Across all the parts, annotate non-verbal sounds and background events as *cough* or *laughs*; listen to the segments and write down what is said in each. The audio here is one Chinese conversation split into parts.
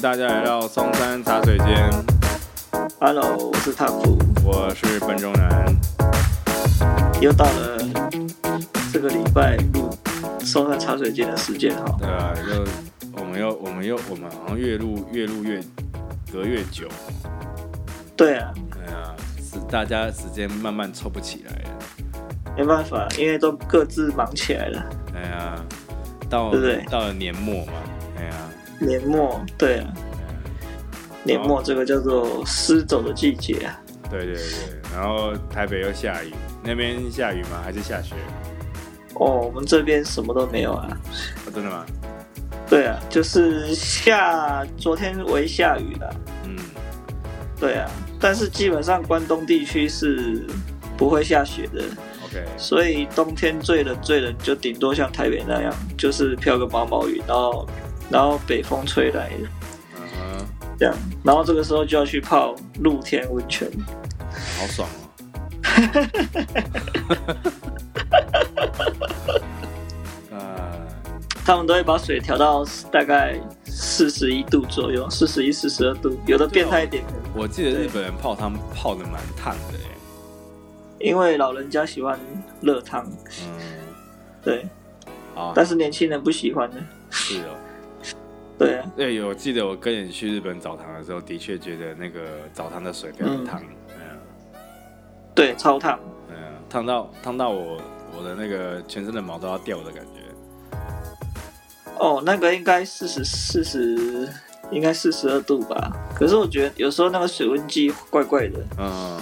大家来到松山茶水间， Hello，我是胖虎，我是笨中南。又到了这个礼拜录松山茶水间的时间哈。对啊，又我们又我们又我们好像越录越录越隔越久，对啊，对啊，是大家时间慢慢凑不起来了。没办法，因为都各自忙起来了。哎呀，到对不对到了年末嘛，哎呀，年末，对啊，年末这个叫做失走的季节啊。对对对，然后台北又下雨，那边下雨吗？还是下雪？哦，我们这边什么都没有啊。哦、真的吗？对啊，就是下昨天为下雨了。嗯，对啊，但是基本上关东地区是不会下雪的， OK，所以冬天最冷最冷就顶多像台北那样，就是飘个毛毛雨，然后然后北风吹来嗯哼，这样，然后这个时候就要去泡露天温泉。好爽 *laughs* 哦。啊，他们都会把水调到大概四十一度左右，四十一、四十二度，有的变态一点，我记得日本人泡汤泡的蛮烫的耶。因为老人家喜欢热汤，嗯，对，啊，但是哦年轻人不喜欢的，是哦。对啊，对，我记得我跟你去日本澡堂的时候，的确觉得那个澡堂的水非常烫，嗯对，超烫，嗯，烫到烫到我我的那个全身的毛都要掉的感觉。哦，那个应该四十四十，应该四十二度吧。可是我觉得有时候那个水温计怪怪的，嗯，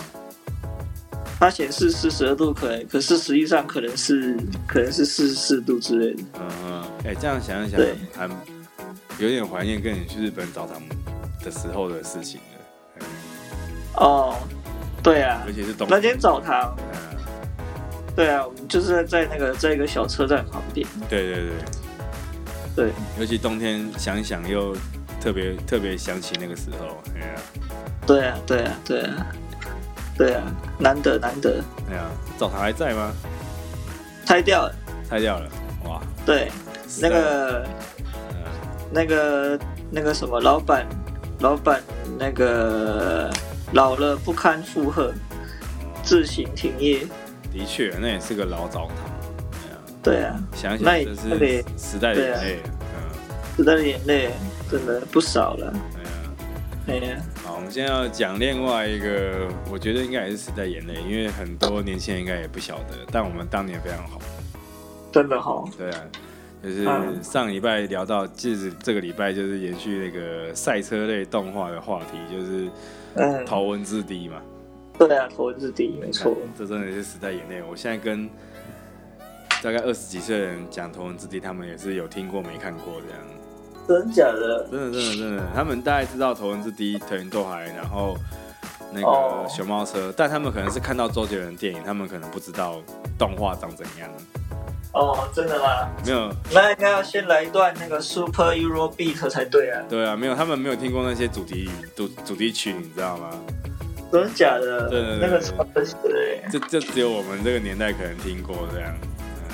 它显示四十二度，可能可是实际上可能是可能是四十四度之类的。嗯嗯，哎、这样想一想对，还有点怀念跟你去日本澡堂的时候的事情了，嗯哦，对啊尤，其是冬那间澡堂，嗯，对啊，我们就是在那个在一个小车站旁边，对对对，对，尤其冬天想一想又特别特别想起那个时候，哎呀、对啊，对啊，对啊，对啊，难得难得，哎呀、澡堂还在吗？拆掉了，拆掉了，哇，对，那个嗯，那个那个什么老板，老板那个老了不堪负荷，自行停业，的确，那也是个老澡堂，哎呀、对啊，想一想那这那里是时代的啊眼泪，嗯，时代的眼泪真的不少了，哎呀、哎呀。好，我们现在要讲另外一个，我觉得应该也是时代眼泪，因为很多年轻人应该也不晓得，但我们当年非常好。真的好，对啊，就是嗯上礼拜聊到，就是这个礼拜就是延续那个赛车类动画的话题，就是嗯，头文字 D 嘛。对啊，头文字 D 没错，这真的是时代眼泪。我现在跟大概二十几岁的人讲头文字 D，他们也是有听过没看过这样。真假的？真的真的真的，他们大概知道头文字 D、藤原拓海，然后那哦个熊猫车，但他们可能是看到周杰伦的电影，他们可能不知道动画长怎样。哦，真的吗？没有，那应该要先来一段那个 Super Euro Beat 才对啊，对啊，没有，他们没有听过那些主题主主题曲，你知道吗？真假的？对对对那个超真实的耶。这这只有我们这个年代可能听过这样。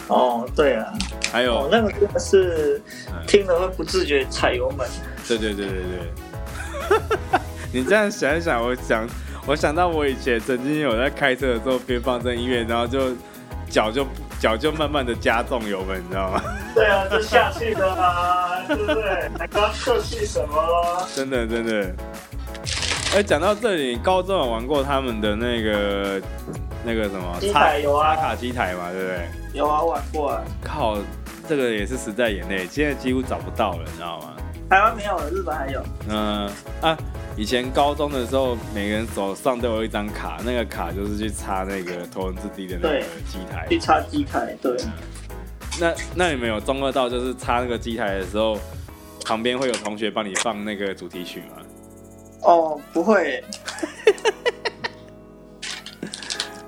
哦，对啊，还有，哦，那个真的是嗯听了会不自觉踩油门。对对对对对。 *laughs* 你这样想一想，我想，我想到我以前曾经有在开车的时候边放着音乐，然后就脚就脚就慢慢的加重油门，你知道吗？ *laughs* 对啊，就下去的 *laughs* 啊，对不对？还刚客气什么？真的真的。哎，讲到这里，高中有玩过他们的那个那个什么机插台有啊插卡机台嘛，对不对？有啊，玩过啊。靠，这个也是时代眼泪，现在几乎找不到了，你知道吗？台湾没有，日本还有。嗯啊，以前高中的时候，每个人手上都有一张卡，那个卡就是去插那个头文字 D 的那个对机台。去插机台，对，那那你们有中二到就是插那个机台的时候，旁边会有同学帮你放那个主题曲吗？哦，不会耶，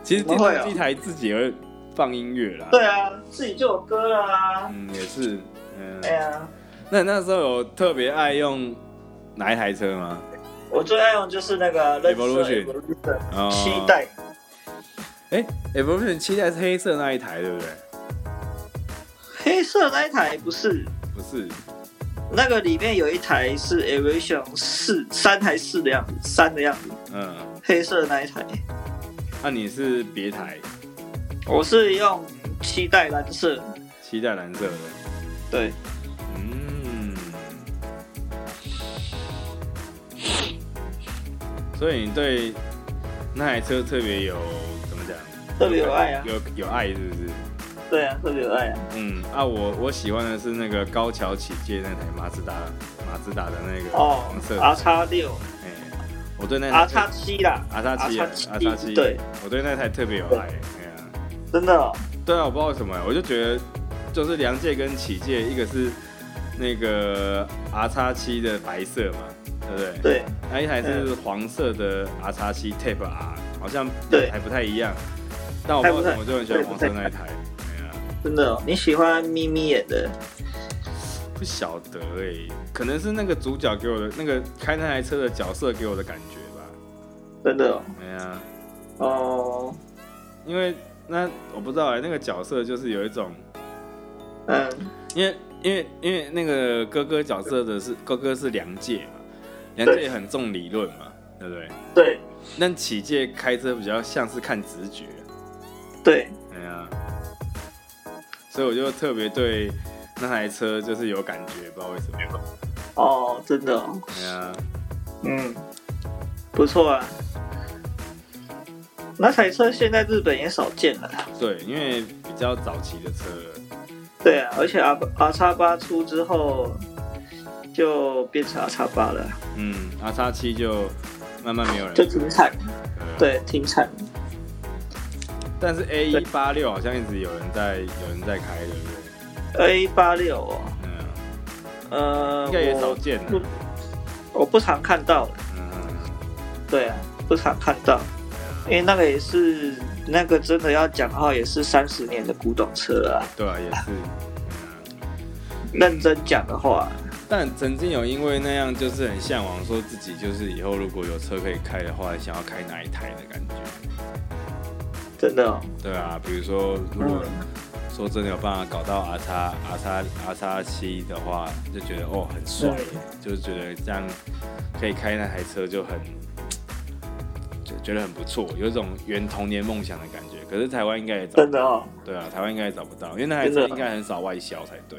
其实不会哦机台自己也会放音乐啦。对啊，自己就有歌了啊，嗯，也是。嗯，哎呀，那那时候有特别爱用哪一台车吗？我最爱用就是那个 Red Evolution Bull Evolution 哦期。待，哎、欸、，Evolution 七代是黑色那一台，对不对？黑色那一台不是，不是，那个里面有一台是 a v i a t i o n 四三还是四的样子，三的样子，嗯，黑色的那一台。那、你是别台我是用七代蓝色的，期待蓝色的，对，嗯，所以你对那台车特别有怎么讲？特别有爱啊有有爱是不是？对啊，特别有爱啊。嗯啊，我我喜欢的是那个高桥启介那台马自达马自达的那个哦啊黄色的，R 叉六哎、我对那台，R 叉七啦阿萨奇，阿萨奇，啊对，，我对那台特别有爱。哎呀，真的哦，对啊，我不知道为什么，我就觉得就是梁界跟启界，一个是那个 R 叉七的白色嘛，对不对？。嗯对，那一台是黄色的 R 叉七 Type R，好像对还不太一样。但我不知道为什么，我就很喜欢黄色那一台。哎呀，真的哦，你喜欢咪咪演的，不晓得哎、可能是那个主角给我的那个开那台车的角色给我的感觉吧。真的哦，哎呀。哦，因为那我不知道哎、那个角色就是有一种，嗯，因为因为因为那个哥哥角色的是哥哥是梁界嘛，梁界很重理论嘛，对不对？对但启界开车比较像是看直觉，对，哎呀、所以我就特别对那台车就是有感觉，不知道为什么，哦，真的哦，哎呀、嗯，不错啊。那台车现在日本也少见了啦，对，因为比较早期的车了，对啊，而且 R R 叉八出之后就变成 R 叉八了，嗯，R 叉七就慢慢没有人就停产，了，对，停产。但是 A 一八六好像一直有人在有人在开，对不对？ A 八六哦，嗯。呃，应该也少我见不了。我不常看到，嗯，对啊，不常看到，因为那个也是那个真的要讲的话，也是三十年的古董车了啊，对啊，也是。嗯认真讲的话，但曾经有因为那样，就是很向往，说自己就是以后如果有车可以开的话，想要开哪一台的感觉。真的、哦，对啊，比如说，如果说真的有办法搞到 R 叉 R 叉 R 叉七的话，就觉得哦很帅耶，就是觉得这样可以开那台车就很。就觉得很不错，有一种圆童年梦想的感觉。可是台湾应该也找不到真的哦，对啊，台湾应该也找不到，因为那台车应该很少外销才对。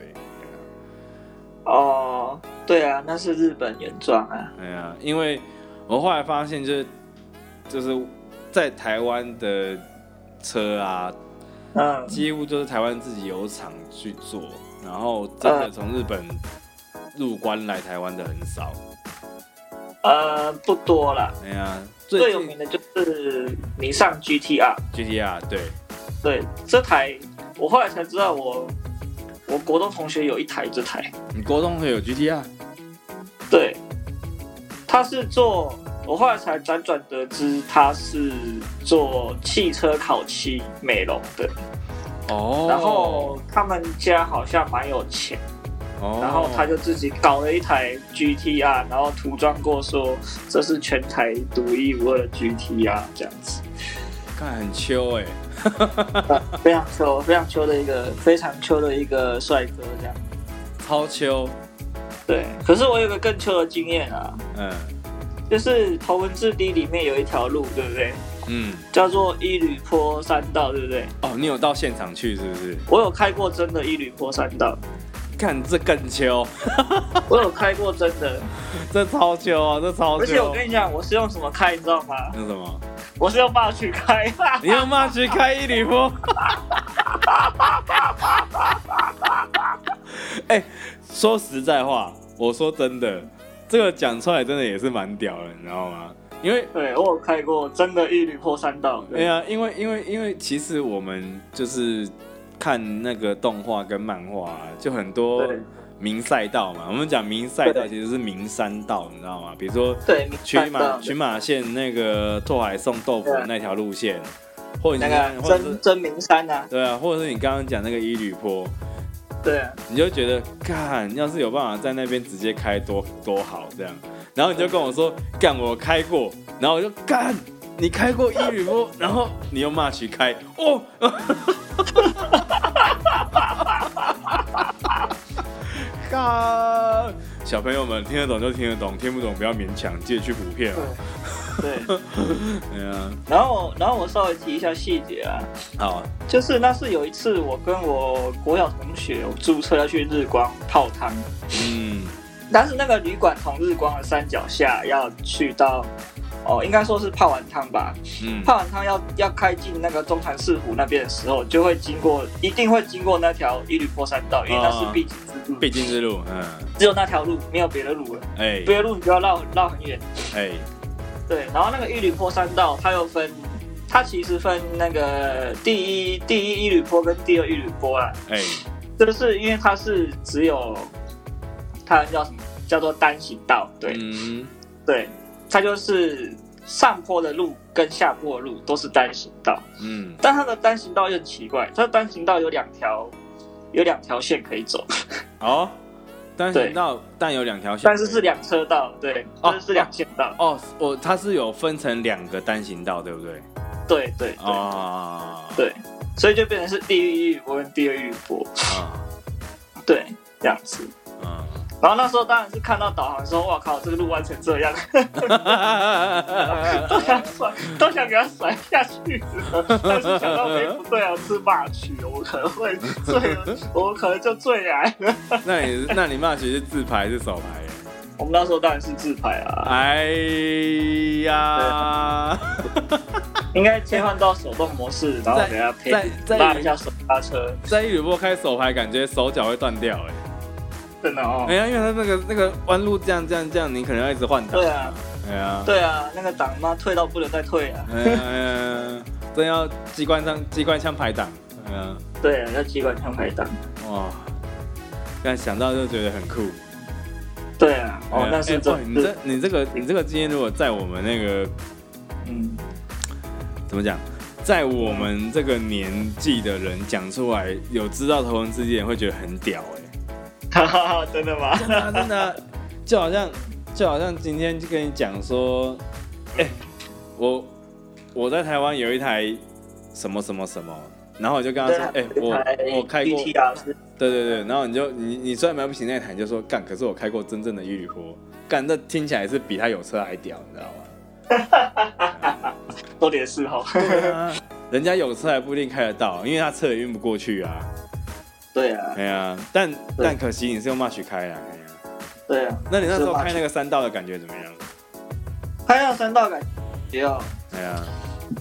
哦，对啊，那是日本原装啊，哎呀，因为我后来发现，就是就是在台湾的车啊，嗯，几乎都是台湾自己有厂去做，然后真呃的从日本入关来台湾的很少。呃，不多啦，哎呀，最最有近名的就是尼桑 GTR， GTR 对，对，这台我后来才知道我。我国中同学有一台这台，你国中会有 GTR，对，他是做，我后来才辗转得知他是做汽车烤漆美容的，哦，然后他们家好像蛮有钱，哦然后他就自己搞了一台 GTR，然后涂装过说这是全台独一无二的 GTR 这样子，哦看很秋哎、非常秋，非常秋的一个非常秋的一个帅哥这样。超秋，对，可是我有个更秋的经验啊，嗯就是《头文字 D》里面有一条路，对不对？嗯，叫做伊吕坡山道，对不对？哦，你有到现场去是不是？我有开过真的伊吕坡山 *laughs* 道，看这更秋，我有开过真的，这超秋啊，这超秋。而且我跟你讲，我是用什么开，你知道吗？那什么，我是用骂去开， *laughs* 你要骂去开一里 *laughs* 坡？哎、说实在话，我说真的，这个讲出来真的也是蛮屌的，你知道吗？因为对我有开过真的伊吕坡山道，哎呀、因为因为因为其实我们就是看那个动画跟漫画啊、就很多对名赛道嘛。我们讲名赛道对其实是名山道，你知道吗？比如说对，群山道马群马县那个拓海送豆腐对那条路线，或者那你个或者是真真名山啊，对啊，或者是你刚刚讲那个伊吕坡，对啊，你就觉得干，要是有办法在那边直接开多多好这样，然后你就跟我说干我开过，然后我就干你开过伊吕坡，然后你又骂去开哦，干要小朋友们听得懂就听得懂，听不懂不要勉强，记得去补片哦。对，对啊，然后我然后我稍微提一下细节啊，好，就是那是有一次我跟我国小同学，我注册要去日光泡汤，嗯，但是那个旅馆从日光的山脚下要去到，哦，应该说是泡完汤吧，嗯，泡完汤要要开进那个中潭市湖那边的时候，就会经过，一定会经过那条一缕破山道，因为那是必经之路，必经之路，嗯，只有那条路，没有别的路了，哎别的路你就要绕绕很远。哎，对，然后那个一缕坡山道，它又分，它其实分那个第一第一一缕坡跟第二一缕坡啦，哎，就是因为它是只有它叫什么叫做单行道，对、嗯，对，它就是上坡的路跟下坡的路都是单行道，嗯，但它的单行道又很奇怪，它的单行道有两条有两条线可以走，哦，单对行道但有两条线，但是是两车道，对，哦但是是两线道，哦，我它是有分成两个单行道，对不对？对对对、啊，对，所以就变成是第一一缕坡跟第二一缕坡，啊，对，这样子。嗯。然后那时候当然是看到导航说，哇靠，这个路弯成这样，哦都想甩，都想给他甩下去了。但是想到哎不对啊，是骂去，我可能会醉了，我可能就醉来了。 *laughs* 那你那你骂谁是自排是手排耶？我们那时候当然是自拍啊，哎呀，应该切换到手动模式，然后给他配在在拉一下手刹车， *laughs* 在一吕波开手排，感觉手脚会断掉哎。真的哦哎。呀，因为他那个那个弯路这样这样这样，你可能要一直换挡。对啊，哎呀，对啊，那个档妈退到不能再退啊。哎呀，哎呀真要机关枪机关枪排挡。哎呀，对啊，要机关枪排档。哇，但哦想到就觉得很酷。对啊，哎哦呀，那哎是哇真你的这，你这个你这个经验，如果在我们那个嗯， *laughs* 怎么讲，在我们这个年纪的人讲出来，有知道头文字 D 的人会觉得很屌哎、哈哈哈，真的吗？真的啊、真的啊、就好像就好像今天就跟你讲说，哎、我我在台湾有一台什么什么什么，然后我就跟他说，哎、啊我我开过，对 B T R 是对对，然后你就你你虽然买不起那台，你就说干，可是我开过真正的玉铝波，干，这听起来是比他有车还屌，你知道吗？多点嗜好。对啊，人家有车还不一定开得到，因为他车也运不过去啊。 *laughs* 对啊，哎呀，但但可惜你是用 March 开啦。哎呀对啊。那你那时候是 March 开那个山道的感觉怎么样？拍到三道感觉哦，哎呀，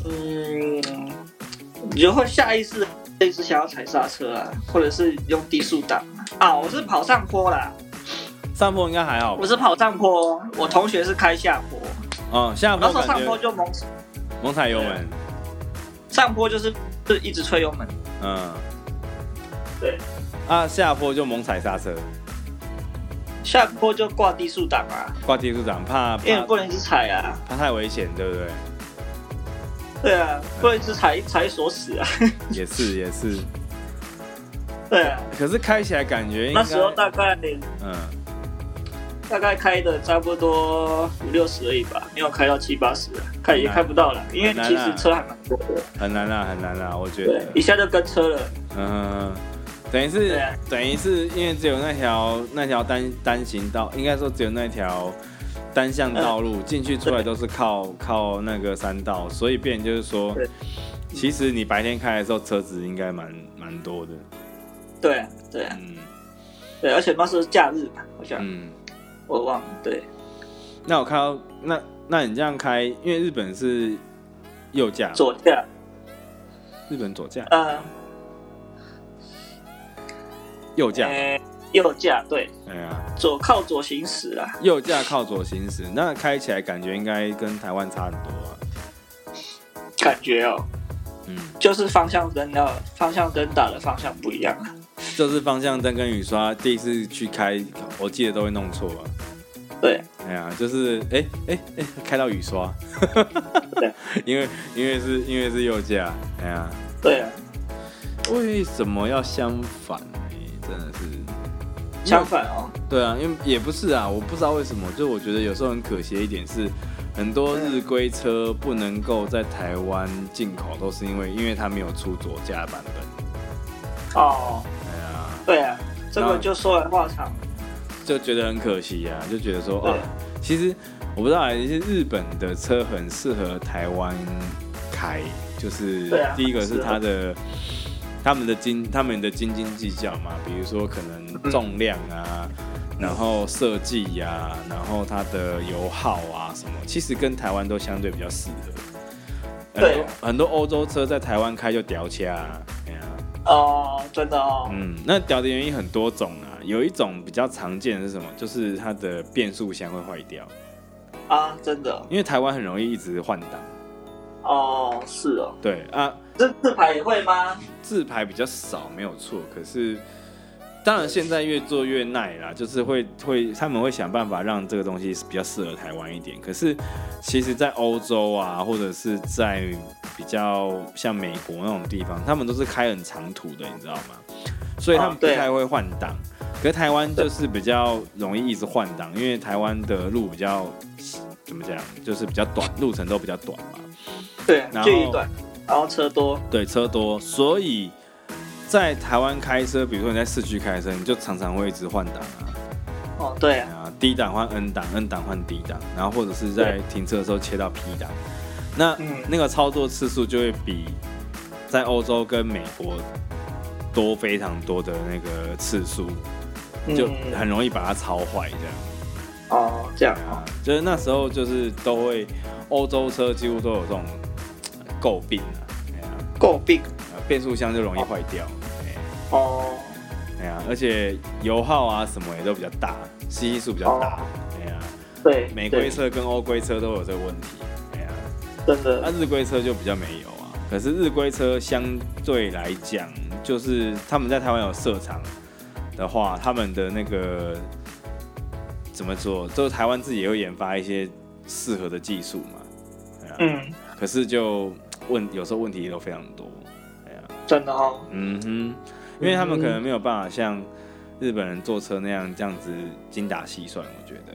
嗯，也会下意识地一直想要踩刹车啊，或者是用低速档啊啊。我是跑上坡啦，上坡应该还好吧我？是跑上坡，哦我同学是开下坡，哦，下然坡后感上坡觉就猛，猛踩油门，上坡就是是一直吹油门，嗯，对，啊，下坡就猛踩刹车，下坡就挂低速档啊，挂低速档，怕因为怕不能一直踩啊，怕太危险，对不对？对啊，不能一直踩踩锁死啊， *laughs* 也是也是，对啊。可是开起来感觉哎应那该，时候大概嗯，大概开的差不多五六十而已吧，没有开到七八十，看也开不到了，因为啊其实车还蛮多的。很难啊，很难啊，我觉对得，，一下就跟车了。嗯，等于是对啊等于是因为只有那条那条单单行道，应该说只有那条单向道路进去出来都是靠靠那个山道，所以变成就是说对，其实你白天开的时候车子应该蛮蛮多的，对啊对嗯对，而且那时候是假日吧，好像、嗯。我忘了。对，那我看到那那你这样开，因为日本是右驾，左驾，日本左驾呃，右驾，诶哎右驾，对，哎呀，左靠左行驶啊啦。右驾靠左行驶，那开起来感觉应该跟台湾差很多啊，感觉哦，嗯。就是方向灯要方向灯打的方向不一样啊。就是方向灯跟雨刷，第一次去开，我记得都会弄错吧？对，哎呀，就是哎哎哎，开到雨刷对， *laughs* 因为因为是因为是右驾，哎呀，对啊，为什么要相反呢？真的是嗯相反哦，对啊，因为也不是啊，我不知道为什么，就我觉得有时候很可惜的一点是，很多日规车不能够在台湾进口，都是因为因为它没有出左驾版本。哦，哎呀，对啊，这然个后就说来话长。就觉得很可惜啊，就觉得说对啊，其实我不知道啊，其实日本的车很适合台湾开，就是对啊第一个是是啊它的。他们的斤，他们的斤斤计较嘛，比如说可嗯能重量啊，然后设计呀，然后它的油耗啊什么，其实跟台湾都相对比较适合。对很多很多欧洲车在台湾开就屌掐、啊，哎呀、哦，真的哦，嗯，那屌的原因很多种啊，有一种比较常见的是什么？就是它的变速箱会坏掉，啊，真的因为台湾很容易一直换挡。哦，是哦，对啊，这自排也会吗？自排比较少，没有错。可是，当然现在越做越耐啦，就是会会他们会想办法让这个东西比较适合台湾一点。可是，其实，在欧洲啊，或者是在比较像美国那种地方，他们都是开很长途的，你知道吗？所以他们啊不对太会换挡。可是台湾就是比较容易一直换挡，因为台湾的路比较怎么讲，就是比较短，路程都比较短嘛。对然，后距离短，然后车多，对，车多，所以在台湾开车，比如说你在市区开车，你就常常会一直换挡啊，哦，对哎啊，呀低档换 N 档，N 档换 D 档，然后或者是在停车的时候切到 P 档，那、嗯那个操作次数就会比在欧洲跟美国多非常多的那个次数，就嗯很容易把它超坏这样哦，这样哦啊。就是那时候就是都会欧洲车几乎都有这种呃诟病啊，哎呀够病呃变速箱就容易坏掉。哎哦，哎呀，而且油耗啊什么也都比较大，吸气数比较大。哎呀，哦对，美对规车跟欧规车都有这个问题。哎呀，真那、的日规车就比较没有啊。可是日规车相对来讲，就是他们在台湾有设厂的话，他们的那个怎么做，就是台湾自己也会研发一些适合的技术嘛。哎呀，嗯，可是就问有时候问题都非常多。哎呀，真的哦，嗯哼，因为他们可能没有办法像日本人坐车那样这样子精打细算，我觉得，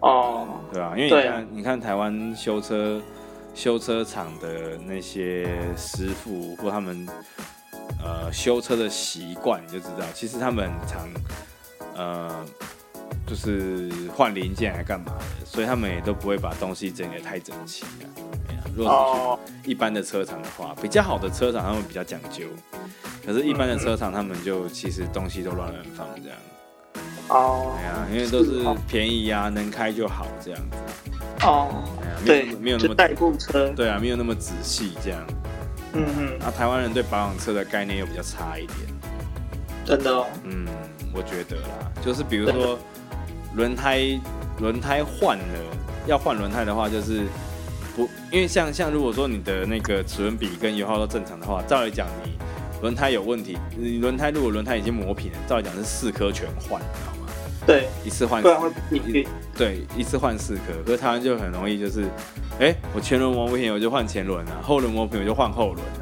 哦，对吧、啊因为你对看，你看台湾修车修车厂的那些师傅或他们呃修车的习惯，你就知道，其实他们很常呃就是换零件来干嘛的，所以他们也都不会把东西整理得太整齐了、对啊如果是哦，一般的车厂的话，比较好的车厂他们比较讲究，可是，一般的车厂他们就其实东西都乱乱放这样，哦哎，呀，因为都是哦便宜啊，能开就好这样子，哦，哎呀，没有对那么没有，那就么代步车，对啊，没有那么仔细这样。嗯嗯，那台湾人对保养车的概念又比较差一点，真的哦，嗯，我觉得啦，就是比如说轮胎轮胎换了，要换轮胎的话，就是不，因为像像如果说你的那个齿轮比跟油耗都正常的话，照理讲你轮胎有问题，你轮胎如果轮胎已经磨平了，照理讲是四颗全换，你知道吗？对，一次换不然会四，不平均，对，一次换四颗，可是台湾就很容易就是，哎、我前轮磨平我就换前轮啊，后轮磨平我就换后轮啊，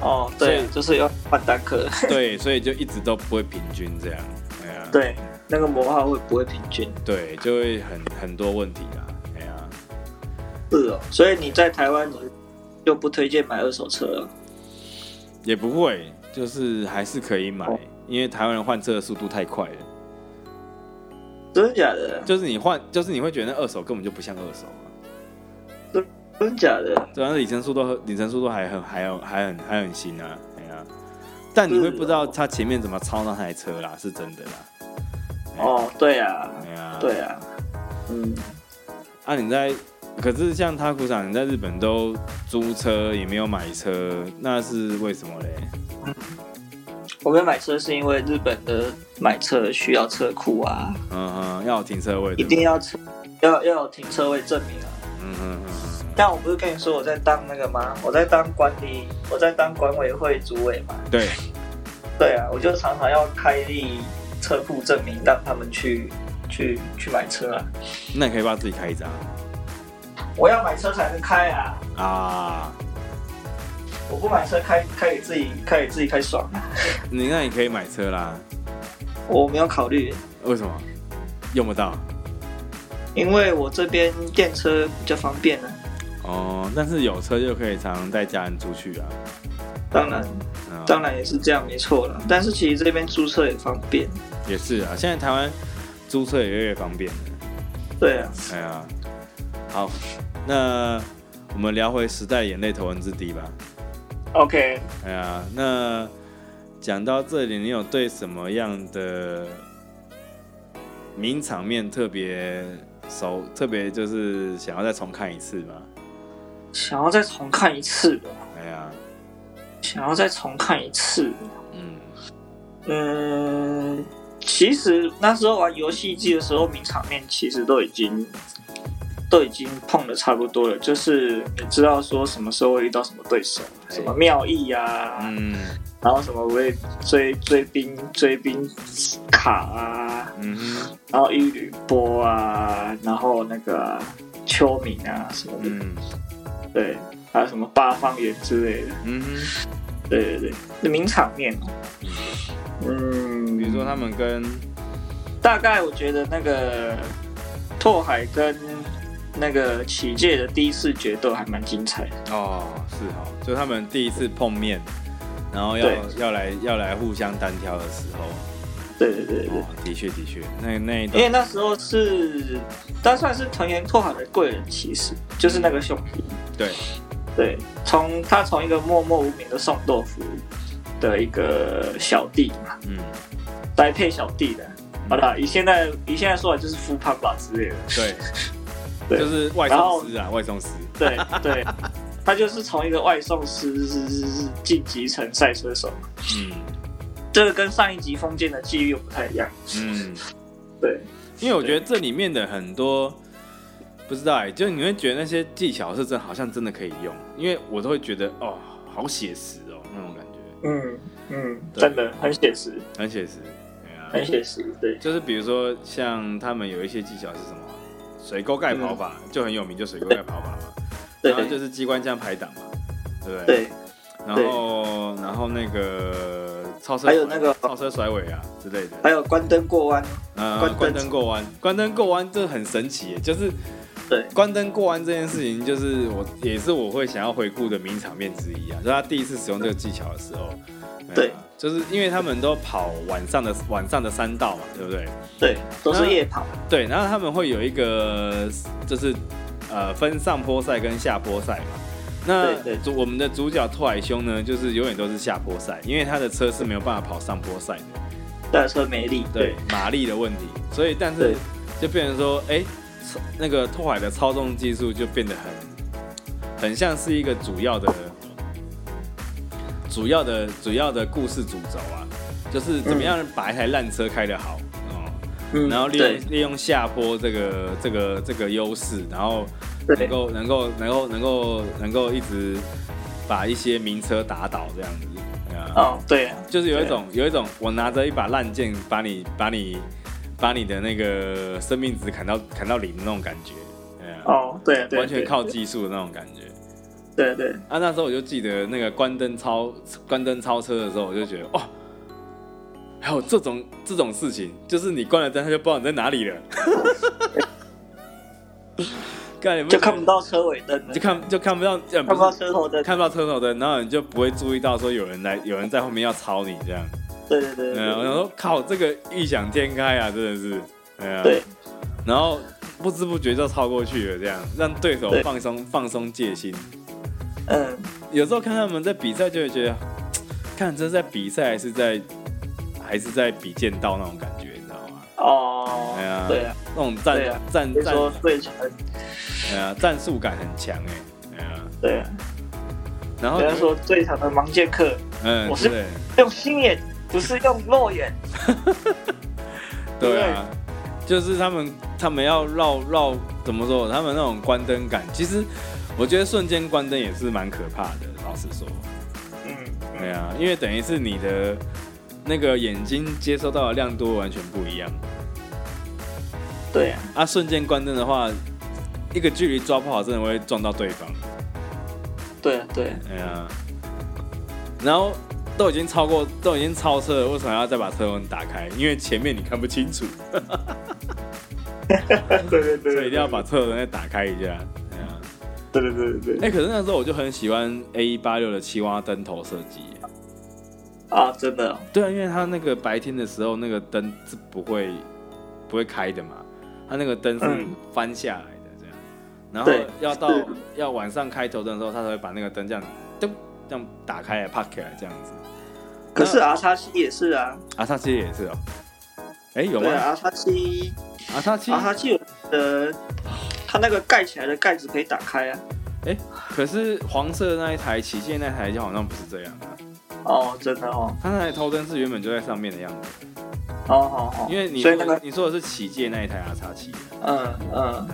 哦，所对以，就是要换单颗，对，所以就一直都不会平均这样，哎呀、对， *laughs* 那个磨耗会不会平均？对，就会很很多问题啦，哎呀、是哦，所以你在台湾你就不推荐买二手车了。也不会，就是还是可以买，哦因为台湾人换车的速度太快了，真的假的？就是你换，就是你会觉得那二手根本就不像二手啊，真的假的？对啊，里程数都里程数都还很还有还很还很新啊，哎呀、但你会不知道啊他前面怎么超那台车啦，是真的啦，哦，对啊，哎呀，对啊，嗯，啊，你在，可是像他鼓掌，你在日本都租车也没有买车，那是为什么嘞？我们买车是因为日本的买车需要车库啊，嗯哼，要有停车位，一对吧定要车要要有停车位证明啊。嗯哼嗯哼。但我不是跟你说我在当那个吗？我在当管理，我在当管委会主委嘛。对，对啊，我就常常要开立车库证明，让他们去去去买车啊。那你可以帮自己开一张我要买车才能开啊，啊。我不买车开开给自己开给自己开爽啊。你那你可以买车啦，我没有考虑，为什么？用不到因为我这边电车比较方便啊。哦，但是有车就可以常常带家人出去啊。当然，嗯当然也是这样，没错了。但是其实这边租车也方便。也是啊，现在台湾租车也越来越方便了。对啊，哎呀，好，那我们聊回《时代眼泪头文字 D》吧。 OK，哎呀，那讲到这里，你有对什么样的名场面特别熟，特别就是想要再重看一次吗？想要再重看一次的，哎呀，想要再重看一次。嗯，嗯，其实那时候玩游戏机的时候，名场面其实都已经都已经碰的差不多了，就是你知道说什么时候会遇到什么对手，哎什么妙意啊，嗯然后什么会追追兵追兵卡啊，嗯哼然后一缕波啊，然后那个啊秋明啊什么的，嗯对，还有什么八方园之类的，嗯哼，对对对，名场面哦。嗯，比如说他们跟大概我觉得那个拓海跟那个启介的第一次决斗还蛮精彩的。哦是哦，就他们第一次碰面，然后要对要来要来互相单挑的时候，对对对对，哦，的确的确，那那一因为段，那时候是，他算是藤原拓海的贵人，其实就是那个兄弟。对，对，从他从一个默默无名的送豆腐的一个小弟嘛，嗯，宅配小弟的。好啦，以现在以现在说来就是富胖吧之类的。对，对就是外然后送师啊，外送师，对对，他就是从一个外送师晋级成赛车手。嗯这个跟上一集封建的际遇又不太一样。嗯。对，因为我觉得这里面的很多不知道哎、就你会觉得那些技巧是真好像真的可以用，因为我都会觉得哦，好写实哦那种感觉，嗯嗯，对真的很写实，很写实。对很啊，写实。对，就是比如说像他们有一些技巧是什么啊，水沟盖跑法、就很有名，就水沟盖跑法嘛，嗯对然后就是机关枪排挡嘛，对不对？对然后然后那个超车甩，还有那个超车甩尾啊之类的，还有关灯过弯，呃，关关灯灯过弯，关灯过弯这很神奇耶，就是对关灯过弯这件事情，就是我也是我会想要回顾的名场面之一啊。就他第一次使用这个技巧的时候，对啊就是因为他们都跑晚上的晚上的山道嘛，对不对？对，都是夜跑。对，然后他们会有一个就是呃分上坡赛跟下坡赛嘛。那对对主我们的主角拓海兄呢，就是永远都是下坡赛，因为他的车是没有办法跑上坡赛的。赛车没力。对马力的问题，所以但是对就变成说，哎、操那个拓海的操纵技术就变得很很像是一个主要的主要的主要的故事主轴啊，就是怎么样把一台烂车开得好哦，嗯，然后利对用利用下坡这个这个这个优势，然后能对够能够能够能够能够一直把一些名车打倒这样子，对啊哦，对啊，就是有一种有一种，我拿着一把烂剑，把你把你把你的那个生命值砍到砍到零那种感觉，对啊，哦，对啊对啊，完全对啊靠技术的那种感觉。对啊对啊啊，那时候我就记得那个关灯超关灯超车的时候，我就觉得哦，还有这种这种事情，就是你关了灯，他就不知道你在哪里了， *laughs* 干你们就看不到车尾灯了，就看就看不到，呃，看不不到是车头灯。看不到车头灯，然后你就不会注意到说有人来有人在后面要超你这样。对对对嗯，我想对说，靠，这个异想天开啊，真的是，哎呀，对，然后不知不觉就超过去了，这样让对手对放松放松戒心。嗯，有时候看他们在比赛，就会觉得，看这是在比赛还是在还是在比剑道那种感觉，你知道吗？哦哎呀，对啊，那种战对啊战所以战，说最强，哎呀，战术感很强哎，哎呀，对啊，然后人家说最强的盲剑客嗯，我是对用心眼，不是用肉眼。对啊，就是他们他们要绕绕怎么说？他们那种关灯感，其实我觉得瞬间关灯也是蛮可怕的。老实说，嗯，对啊，因为等于是你的那个眼睛接收到的亮度完全不一样。对啊，啊，瞬间关灯的话，一个距离抓不好，真的会撞到对方。对啊，对啊，哎呀、然后都已经超过，都已经超车了，为什么还要再把车门打开？因为前面你看不清楚， *laughs* 对对对，所以一定要把车门再打开一下。哎呀、对对对对哎、可是那时候我就很喜欢 A 一八六的青蛙灯头设计耶。啊，真的哦对啊，因为它那个白天的时候，那个灯是不会不会开的嘛，它那个灯是嗯翻下来的这样，然后对要到是要晚上开头灯的时候，它才会把那个灯这样噔这样打开来 p 起来这样子。可是 R 叉七也是啊，阿萨七也是哦，哎有对吗？啊，R 叉七阿萨七 R 叉七有呃，它那个盖起来的盖子可以打开啊。可是黄色的那一台旗舰那台就好像不是这样啊，哦，真的哦，它那台头灯是原本就在上面的样子，好好好，因为你所说以那个你说的是旗舰那一台阿萨七。嗯嗯，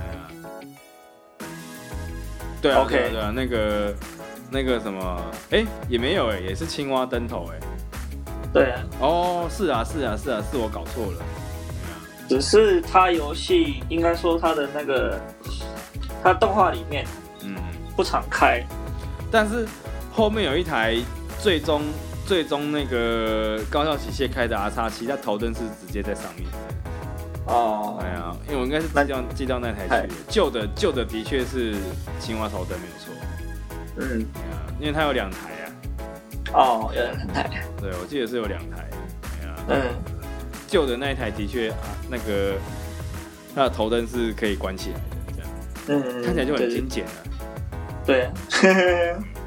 对啊 OK 对啊对啊，那个那个什么，哎、也没有哎、也是青蛙灯头哎、对啊，哦，是啊是啊是啊，是我搞错了。只是它游戏应该说它的那个它动画里面嗯，不常开，但是后面有一台最终最终那个高效起械开的 R 叉七，它头灯是直接在上面。哦哎呀，因为我应该是寄到寄到那台去哎的，旧的旧的的确是青蛙头灯没有错，嗯，哎呀因为它有两台啊，哦，有人很台，对我记得是有两台。哎呀，嗯，旧的那一台的确、啊、那个它的头灯是可以关起来的，这样嗯，看起来就很对精简了，对，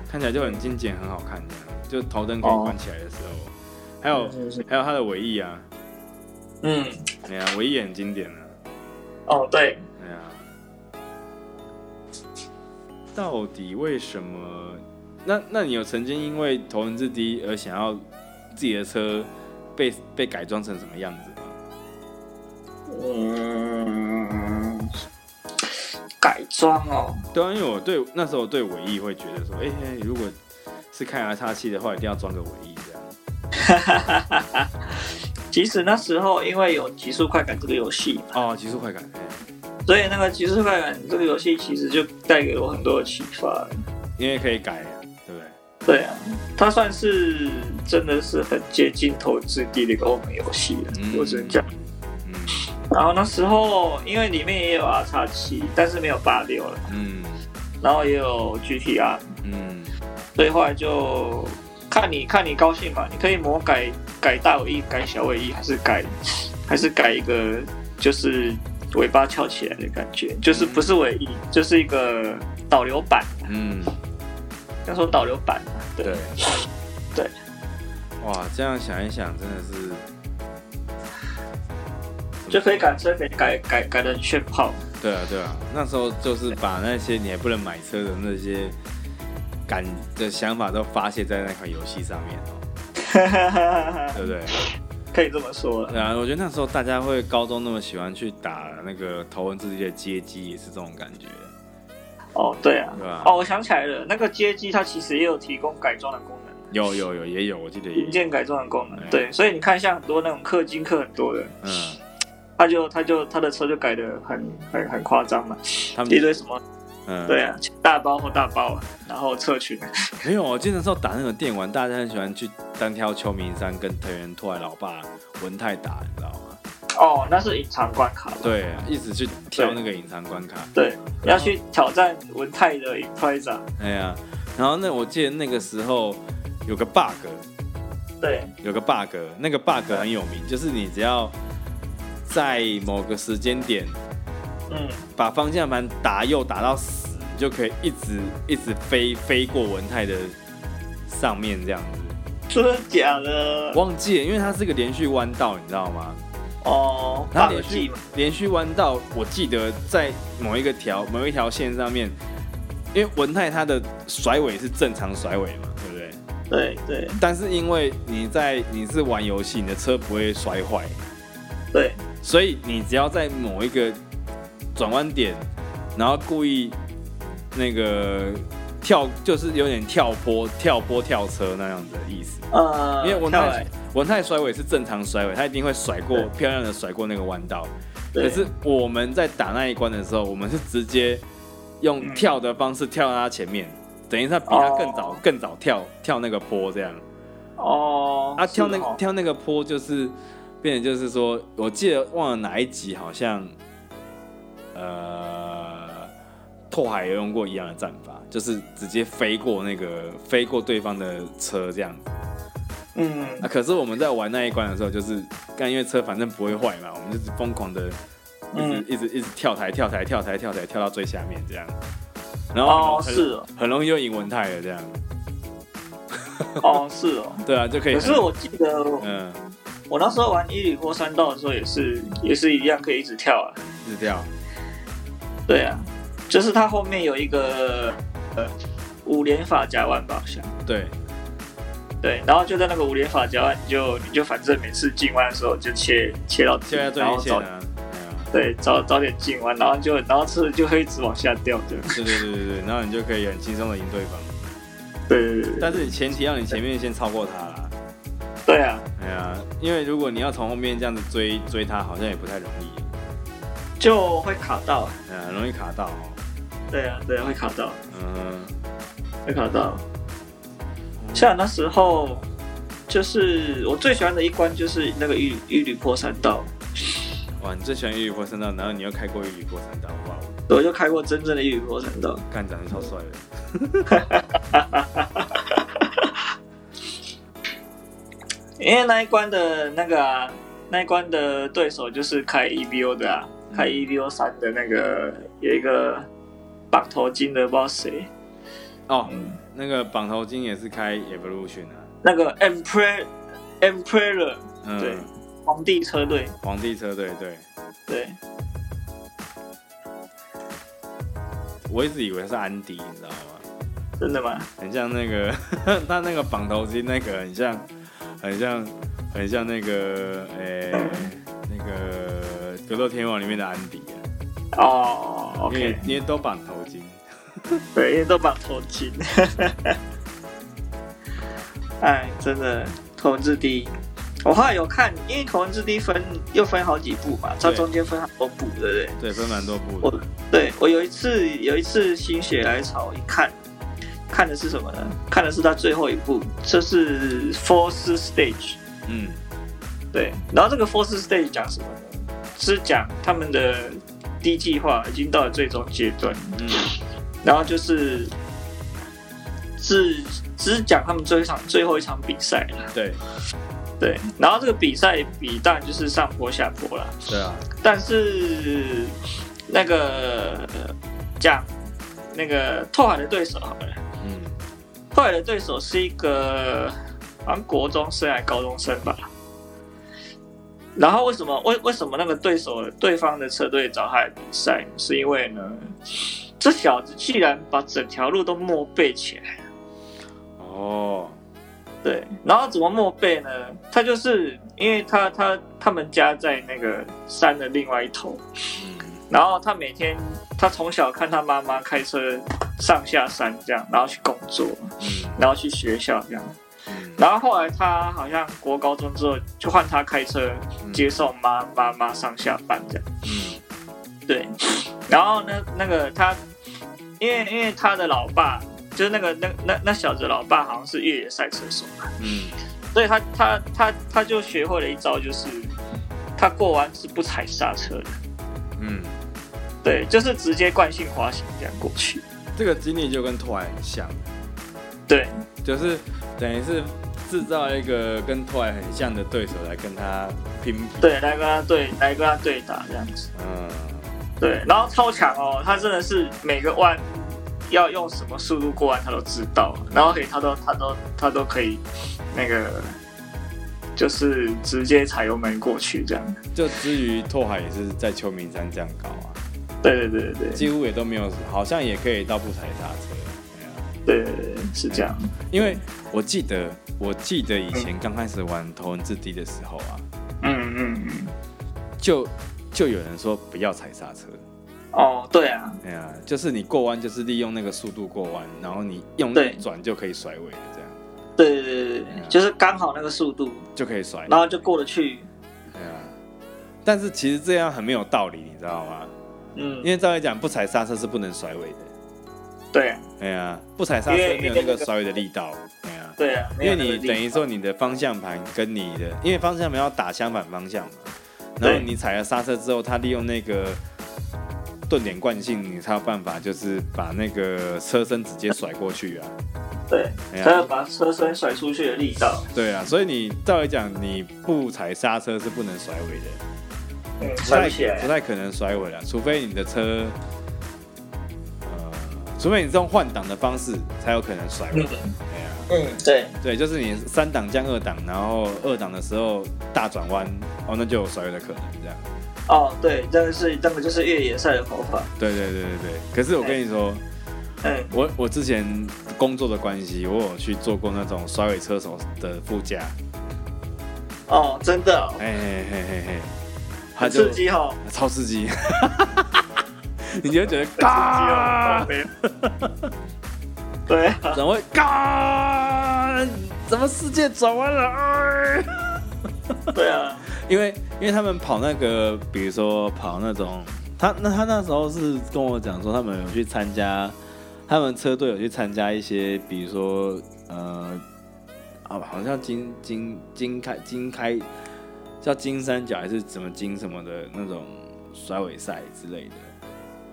看起来就很精简，很好看这样。就头灯可哦以关起来的时候，还有还有它的尾翼啊，嗯，哎呀，尾翼也很经典啊，哦，对，哎呀，到底为什么？那那你有曾经因为头文字 D 而想要自己的车被被改装成什么样子吗？嗯，改装哦，对啊，因为我对那时候对尾翼会觉得说，哎、哎如果是开 R 叉七的话，一定要装个尾翼这样。即使那时候因为有《极速快感》这个游戏，哦，极速快感，哎所以那个《极速快感》这个游戏其实就带给我很多的启发。因为可以改，啊对不对？对啊，它算是真的是很接近投资地的一个欧美游戏了，我只能讲。。嗯然后那时候因为里面也有 R 叉七，但是没有八六了，嗯然后也有 GTR，嗯，所以后来就看你看你高兴嘛，你可以魔改改大尾翼，改小尾翼，还是改还是改一个就是尾巴翘起来的感觉，就是不是尾翼，就是一个导流板，嗯，要说导流板，啊对对，对。哇，这样想一想，真的是就可以改车，可以改改改的炫炮， *laughs* 对啊，对啊，那时候就是把那些你还不能买车的那些感的想法都发泄在那款游戏上面哦，对不对？可以这么说了。对啊，我觉得那时候大家会高中那么喜欢去打那个头文字 D 的街机，也是这种感觉，哦，对啊对，吧？哦，我想起来了，那个街机它其实也有提供改装的功能。有有有也有，我记得也零有，件改装的功能哎，对，所以你看，像很多那种氪金氪很多的，嗯，他就他就他的车就改的很很很夸张嘛，他们一堆什么嗯对啊，大包或大包啊，然后侧裙，没有，我记得那时候打那种电玩，大家很喜欢去单挑秋名山跟藤原拓海老爸文太打，你知道吗？哦，那是隐藏关卡，对，啊嗯一直去挑那个隐藏关卡。对，要去挑战文泰的 i m p r e s a 哎呀，然后那我记得那个时候有个 bug，对，有个 bug，那个 bug 很有名，就是你只要在某个时间点嗯，把方向盘打右打到死，你就可以一直一直飞飞过文泰的上面这样子。真的假的？忘记了，因为它是个连续弯道，你知道吗？哦，它霸连气续嘛，连续弯道，我记得在某一个条某一条线上面，因为文泰它的甩尾是正常甩尾嘛，对不对？对对但是因为你在你是玩游戏，你的车不会摔坏，对，所以你只要在某一个转弯点，然后故意那个跳，就是有点跳坡、跳坡跳车那样子的意思。呃，因为文跳泰来文泰甩尾是正常甩尾，他一定会甩过对漂亮的甩过那个弯道。对可是我们在打那一关的时候，我们是直接用嗯跳的方式跳到他前面，等于他比他更早、哦更早跳跳那个坡这样。哦，啊，跳那是个哦跳那个坡就是，变成就是说，我记得忘了哪一集好像，呃，拓海也用过一样的战法，就是直接飞过那个飞过对方的车这样子。嗯啊，可是我们在玩那一关的时候，就是干因为车反正不会坏嘛，我们就是疯狂的，一直、嗯一直一直跳台跳台跳台跳台跳到最下面这样，然后哦很是哦很容易就赢文泰了这样，哦是哦，对啊，就可以可很。是我记得嗯，我那时候玩一里坡山道的时候也是也是一样可以一直跳啊，是这样，对啊，就是它后面有一个呃五连法夹弯吧好像。对，对，然后就在那个五连法夹弯，你就你就反正每次进弯的时候就切切到底现在最然一后线早啊，对早早点进弯，然后就然后车就会一直往下掉这样。对啊，对对对对对，然后你就可以很轻松的赢对方，对对对对但是你前提要你前面先超过他啦，对啊，哎呀，因为如果你要从后面这样子追追他，好像也不太容易，就会卡到。啊哎呀，很容易卡到、哦，对啊，对啊，会卡到，嗯，会卡到。像那时候，就是我最喜欢的一关就是那个玉玉里坡山道，哇，你最喜欢玉里坡山道，然后你又开过玉里坡山道，哇，我就开过真正的玉里坡山道。干长得超帅的，因为那一关的那个啊，那一关的对手就是开 EVO 的啊，嗯开 EVO 三的那个有一个绑头巾的，不知道谁，哦，那个绑头巾也是开 Evolution 啊，那个 Emperor Emperor 嗯，对皇帝车队，皇帝车队，对对，我一直以为是安迪，你知道吗？真的吗？很像那个他那个绑头巾那个很像，很像，很像那个诶、那个《格斗天王》里面的安迪啊哦因，OK，为因为都绑头巾，对，因为都绑头巾， *laughs* 哎，真的头文字 D。我后来有看，因为《头文字 D》分又分好几部嘛，它对中间分很多部，对不对？对，分蛮多部我的。对我有一次有一次心血来潮，一看看的是什么呢？看的是他最后一部，这是 Force Stage。嗯，对，然后这个 Force Stage 讲什么呢？是讲他们的低计划已经到了最终阶段，嗯，然后就是是只是讲他们最后一场最后一场比赛了。对，对，然后这个比赛比当然就是上坡下坡了。对啊，但是那个呃讲那个拓海的对手好了，嗯，拓海的对手是一个好像国中生还是高中生吧。然后为什么为为什么那个对手对方的车队找他来比赛？是因为呢，这小子竟然把整条路都默背起来。哦，对，然后怎么默背呢？他就是因为他他他们家在那个山的另外一头，嗯，然后他每天，他从小看他妈妈开车上下山这样，然后去工作，嗯，然后去学校这样。嗯，然后后来他好像国高中之后，就换他开车接送妈妈妈上下班这样。嗯，对，然后呢，那个他，因为因为他的老爸就是那个那那那小子的老爸好像是越野赛车手，嗯，所以他他他他就学会了一招，就是他过弯是不踩刹车的，嗯，对，就是直接惯性滑行这样过去。这个经历就跟拓海很像，对就是等于是制造一个跟拓海很像的对手来跟他拼搏。对，来跟他对，来跟他对打这样子。嗯，对，然后超强哦，他真的是每个弯要用什么速度过弯他都知道，然后可以他都他都他都可以那个就是直接踩油门过去这样。就至于拓海也是在秋名山这样搞啊，对对对对对几乎也都没有，好像也可以到不踩刹车。对啊对对对，是这样。因为我记得，我记得以前刚开始玩头文字 D 的时候啊，嗯嗯嗯。就就有人说不要踩刹车，哦，对啊，哎呀、就是你过弯就是利用那个速度过弯，然后你用对力转就可以甩尾了，这样对对对对对，就是刚好那个速度，就可以甩。然后就过得去。对啊，但是其实这样很没有道理，你知道吗？嗯因，为照理讲，不踩刹车是不能甩尾的。对啊哎呀、不踩刹车因为没有那个甩尾的力道。哎呀、对啊，没因为有那个你力等于说你的方向盘跟你的，因为方向盘要打相反方向嘛，然对后你踩了刹车之后，它利用那个 *laughs* 顿点惯性，你才有办法就是把那个车身直接甩过去啊。对，哎还有呀，把车身甩出去的力道，对啊，所以你照理讲，你不踩刹车是不能甩尾的，嗯，不甩太不起不来，太可能甩尾了，除非你的车，呃，除非你是用换挡的方式才有可能甩尾。嗯哎呀，嗯，对，对，就是你三档降二档，然后二档的时候大转弯，哦，那就有甩尾的可能这样。哦，对，这个是那个就是越野赛的跑法，对对对对对。可是我跟你说，嗯，我我之前工作的关系，我有去做过那种甩尾车手的副驾，哦，真的哦、哎嘿嘿嘿嘿，他很就刺激哦，超刺 *laughs* 激，你就会觉得很刺激哦，嘎靠，北啊对啊，怎么会嘎？怎么世界转弯了？哎对啊，因为因为他们跑那个，比如说跑那种，他那他那时候是跟我讲说，他们有去参加，他们车队有去参加一些，比如说呃，啊，好像金金金开金开叫金三角还是怎么金什么的那种甩尾赛之类的。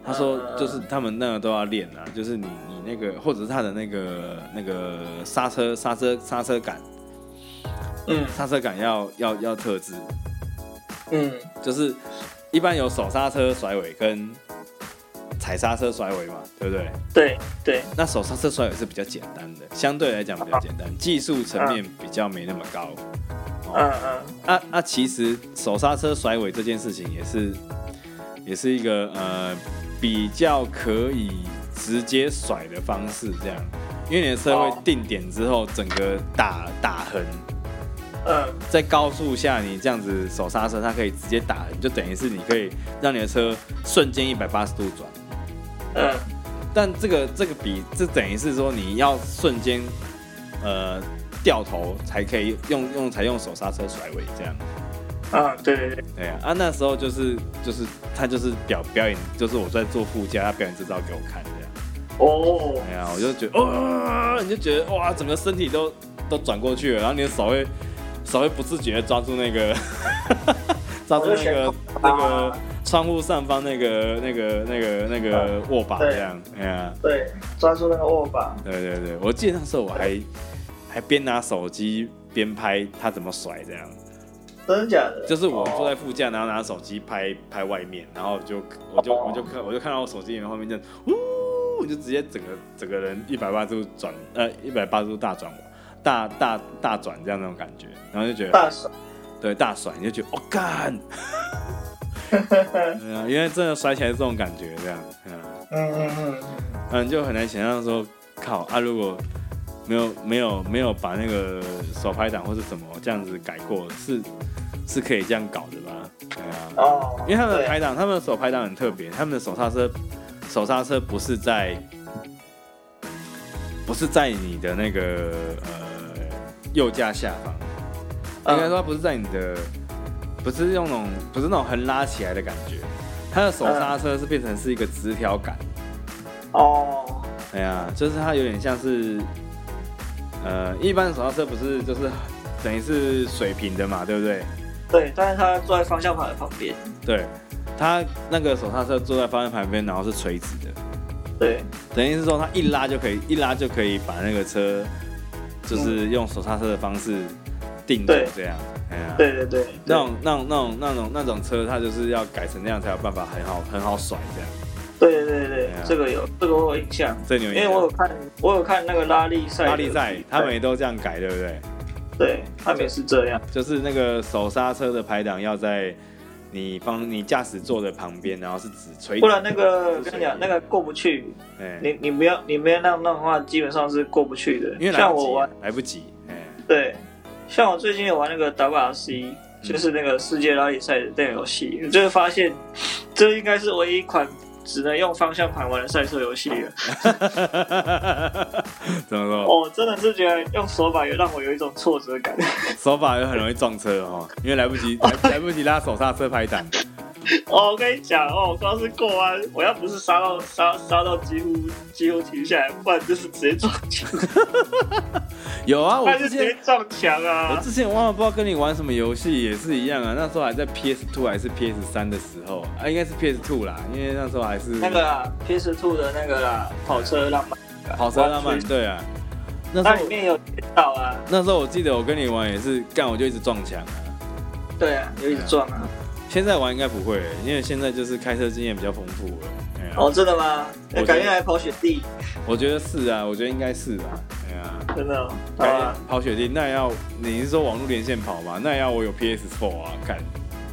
他说呃就是他们那个都要练啊，就是你你那个或者是他的那个那个刹车刹车刹车感嗯刹车感要要要特制，嗯，就是一般有手刹车甩尾跟踩刹车甩尾嘛，对不对？对对，那手刹车甩尾是比较简单的，相对来讲比较简单，技术层面比较没那么高。嗯嗯，那、那、其实手刹车甩尾这件事情也是也是一个呃比较可以直接甩的方式，这样，因为你的车会哦定点之后整个打打横。嗯在高速下，你这样子手刹车，它可以直接打横，就等于是你可以让你的车瞬间一百八十度转。嗯，但这个这个比这等于是说你要瞬间呃掉头才可以用用才用手刹车甩尾这样。嗯，对对对，对啊，啊那时候就是就是他就是表表演，就是我在做副驾，他表演这招给我看这样。哦，哎呀，我就觉得，哦，你就觉得哇，整个身体都都转过去了，然后你的手会手会不自觉的抓住那个， *laughs* 抓住那个那个窗户上方那个那个那个那个握把这样，哎呀，对，抓住那个握把，对对对，我记得那时候我还还边拿手机边拍他怎么甩这样，真的假的？就是我坐在副驾，然后拿手机拍拍外面，然后就我就我就看我就看到我手机里面后面这样，呜，我就直接整个整个人一百八十度转，呃，一百八十度大转弯，大大大转这样那种感觉，然后就觉哦得大手，对大甩，你就觉得我、哦、干，对啊，因为真的甩起来是这种感觉这样，嗯、嗯嗯嗯，嗯，就很难想象说，靠啊，如果没有没有没有把那个手排档或是什么这样子改过，是是可以这样搞的吧？对啊。哦，因为他们的对排档，他们的手排档很特别，他们的手刹车，手刹车不是在，不是在你的那个呃右架下方，嗯应该说它不是在你的，不是用那种不是那种横拉起来的感觉，它的手刹车是变成是一个直条感，哦，哎呀，就是它有点像是，呃，一般手刹车不是就是等于是水平的嘛，对不对？对，但是他坐在方向盘的旁边，对，它那个手刹车坐在方向盘旁边，然后是垂直的。对，等于是说他一拉就可以，一拉就可以把那个车，就是用手刹车的方式定住对这样。哎呀，对对对，那种那种那种那种那种车，它就是要改成那样才有办法很好很好甩这样。对对对对对啊，这个有，这个我有印象，这你因们为我有看，我有看那个拉力赛的，拉力赛，他们也都这样改，对不对？对，他们也是这样，就是那个手刹车的排档要在你方你驾驶座的旁边，然后是指垂直。不然那个不是跟你讲，那个过不去，哎，你你没有你没有那样弄的话，基本上是过不去的，因为来像不我及玩啊，，来不及。哎，对，像我最近有玩那个 WRC，就是那个世界拉力赛的那个游戏，你就会发现，这应该是唯一一款只能用方向盘玩的赛车游戏了。哎 *laughs* 怎么说？我、真的是觉得用手把也让我有一种挫折感。手法又很容易撞车哦，因为来不 *laughs* 及来来不及拉手刹车排档。哦，我跟你讲哦，我光是过弯，我要不是杀到杀杀到几乎几乎停下来，不然就是直接撞墙，有啊，不我然就之直接前撞墙我啊。之前忘了不知道跟你玩什么游戏也是一样啊，那时候还在 PS Two 还是 PS 三的时候啊，应该是 PS Two 啦，因为那时候还是啊那个 PS Two 啊的那个啦，跑车浪漫，跑车浪漫玩具对啊，那时那里候面有铁道啊，那时候我记得我跟你玩也是干，我就一直撞墙啊。对啊，有一直撞啊。现在玩应该不会，因为现在就是开车经验比较丰富了。哎呀哦，真的吗？我觉得改天来跑雪地，我觉得是啊，我觉得应该是啊。哎呀，真的哦。好改啊天。跑雪地那也要你是说网络连线跑吗？那也要我有 PS4 啊，干。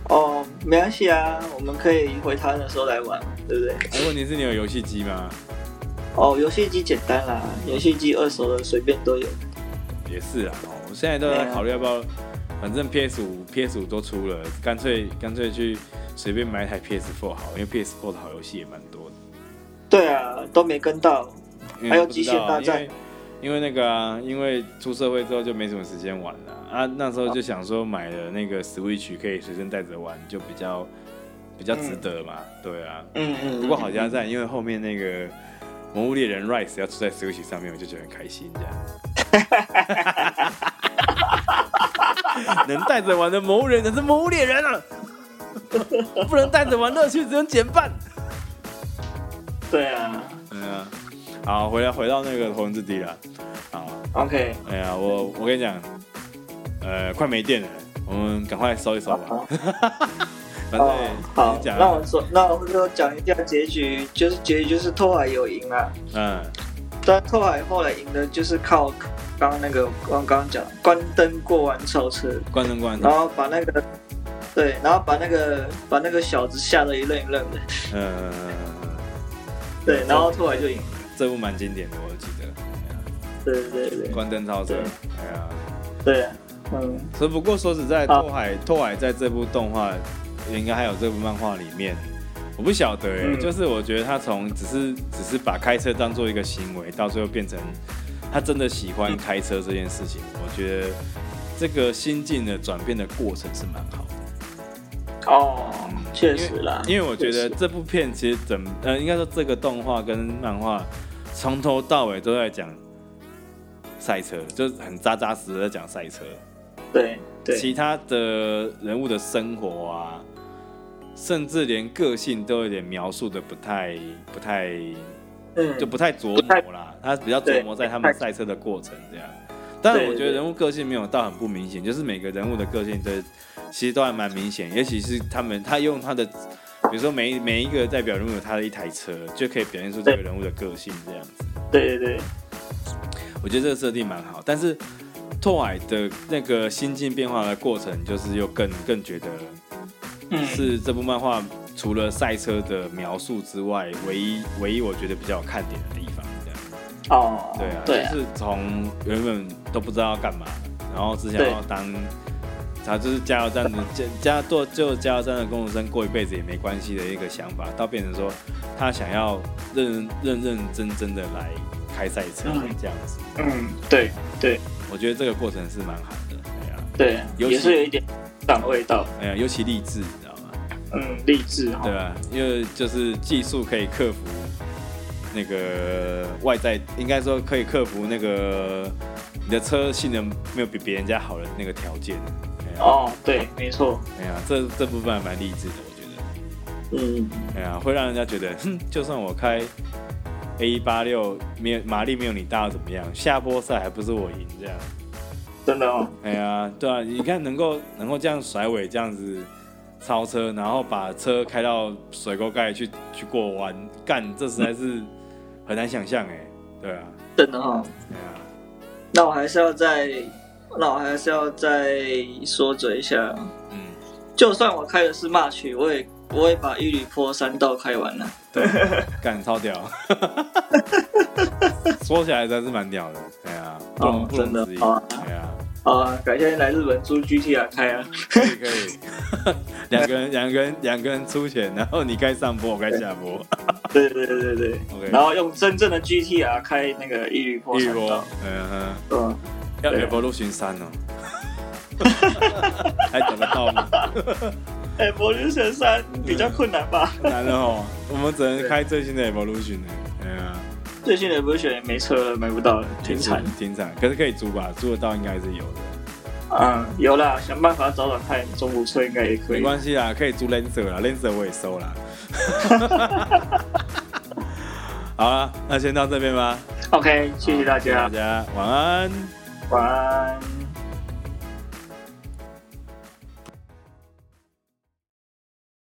哦，没关系啊，我们可以回台湾的时候来玩，对不对？哎，问题是你有游戏机吗？哦，游戏机简单啦，游戏机二手的随便都有。也是啊，哦我现在都在考虑要不要，反正 PS 五 PS 五都出了，干脆干脆去随便买一台 PS4 好，因为 PS4 的好游戏也蛮多的。对啊，都没跟到。因为还有不知极限道啊大战因为因为那个啊，因为出社会之后就没什么时间玩了啊。那时候就想说买了那个 Switch 可以随身带着玩，就比较比较值得嘛。对啊，嗯嗯不过好家在，因为后面那个《魔物猎人 Rise》要出在 Switch 上面，我就觉得很开心这样。能带着玩的魔物猎人是魔物猎人啊，不能带着玩乐趣只能减半。对啊。嗯、啊，好，回来回到那个《头文字 D》了。好， OK，哎呀，我我跟你讲，呃，快没电了，我们赶快收一收吧。反正哦，好你，讲那啊，我说，那我就讲一下结局，就是结局就是拓海有赢啦，嗯，但拓海后来赢的就是靠刚刚那个刚刚讲关灯过弯超车，关灯关然灯，后把那个对，然后把那个把那个小子吓得一愣一愣的，嗯，对，然后拓海就赢了，这部蛮经典的，我记得。对对对对关灯超车对，哎呀，对，嗯，所以不过说实在，好拓海拓海在这部动画，应该还有这部漫画里面，我不晓得哎、嗯就是我觉得他从只是只是把开车当做一个行为，到最后变成他真的喜嗯欢开车这件事情，我觉得这个心境的转变的过程是蛮好的。哦，确实啦，因为我觉确得实这部片其实整呃，应该说这个动画跟漫画从头到尾都在讲赛车，就是很扎扎实实的讲赛车。对对其他的人物的生活啊，甚至连个性都有点描述的不太不太嗯就不太琢磨啦，他比较琢磨在他们赛车的过程这样。但是我觉得人物个性没有到很不明显，就是每个人物的个性都其实都还蛮明显，也许是他们他用他的，比如说每每一个代表人物有他的一台车，就可以表现出这个人物的个性这样子。对对对，我觉得这个设定蛮好，但是拓海的那个心境变化的过程，就是又更更觉得嗯是这部漫画除了赛车的描述之外，唯一唯一我觉得比较有看点的地方。这样哦，对啊，对啊，就是从原本都不知道要干嘛，然后只想要当，他就是加油站的加加做就加油站的工读生过一辈子也没关系的一个想法，到变成说他想要认认认真真的来开赛车嗯这样子。嗯，对对我觉得这个过程是蛮好的，哎呀、对，尤其也是有一点党的味道，哎呀、尤其励志，你知道吗？嗯，励志哈对，吧、因为就是技术可以克服那个外在，应该说可以克服那个你的车性能没有比别人家好的那个条件。哎呀、哦，对，没错，哎呀，这这部分还蛮励志的，我觉得。嗯，哎呀，会让人家觉得，哼，就算我开 A 一八六没有马力没有你大又怎么样？下坡赛还不是我赢这样。真的哦，哎呀，对啊，你看能够能够这样甩尾这样子超车，然后把车开到水沟盖去去过弯，干这实在是很难想象哎、对啊，真的哦。哎呀，那我还是要再，那我还是要再说嘴一下，嗯，就算我开的是骂曲，我也我也把玉里坡三道开完了。 *laughs* 对，干超屌，说起来真是蛮屌的，哎呀，不容、哦不容置真疑，的好啊哎呀，好啊，改天来日本租 GT 来开啊。可以可以， *laughs* 两 *laughs* 个人两个人两个人出钱，然后你该上坡我该下坡，对对对对对 OK 然后用真正的 GT r 开那个玉里坡一三波道。，嗯哼。嗯，要对 Evolution 三哦， *laughs* 还等得到吗？哎，Evolution 三比较困难吧？难了哦，我们只能开最新的 Evolution 了。哎呀，最新的 Evolution 也没车了，买不到了，停产。停产，可是可以租吧？租得到应该是有的，嗯，有啦，想办法找找看，中古车应该也可没以。关系啦，可以租 Lancer 啦，Lancer 我也收 *laughs* 啦。好啦，那先到这边吧。 OK，谢谢大大家，家晚安。晚安。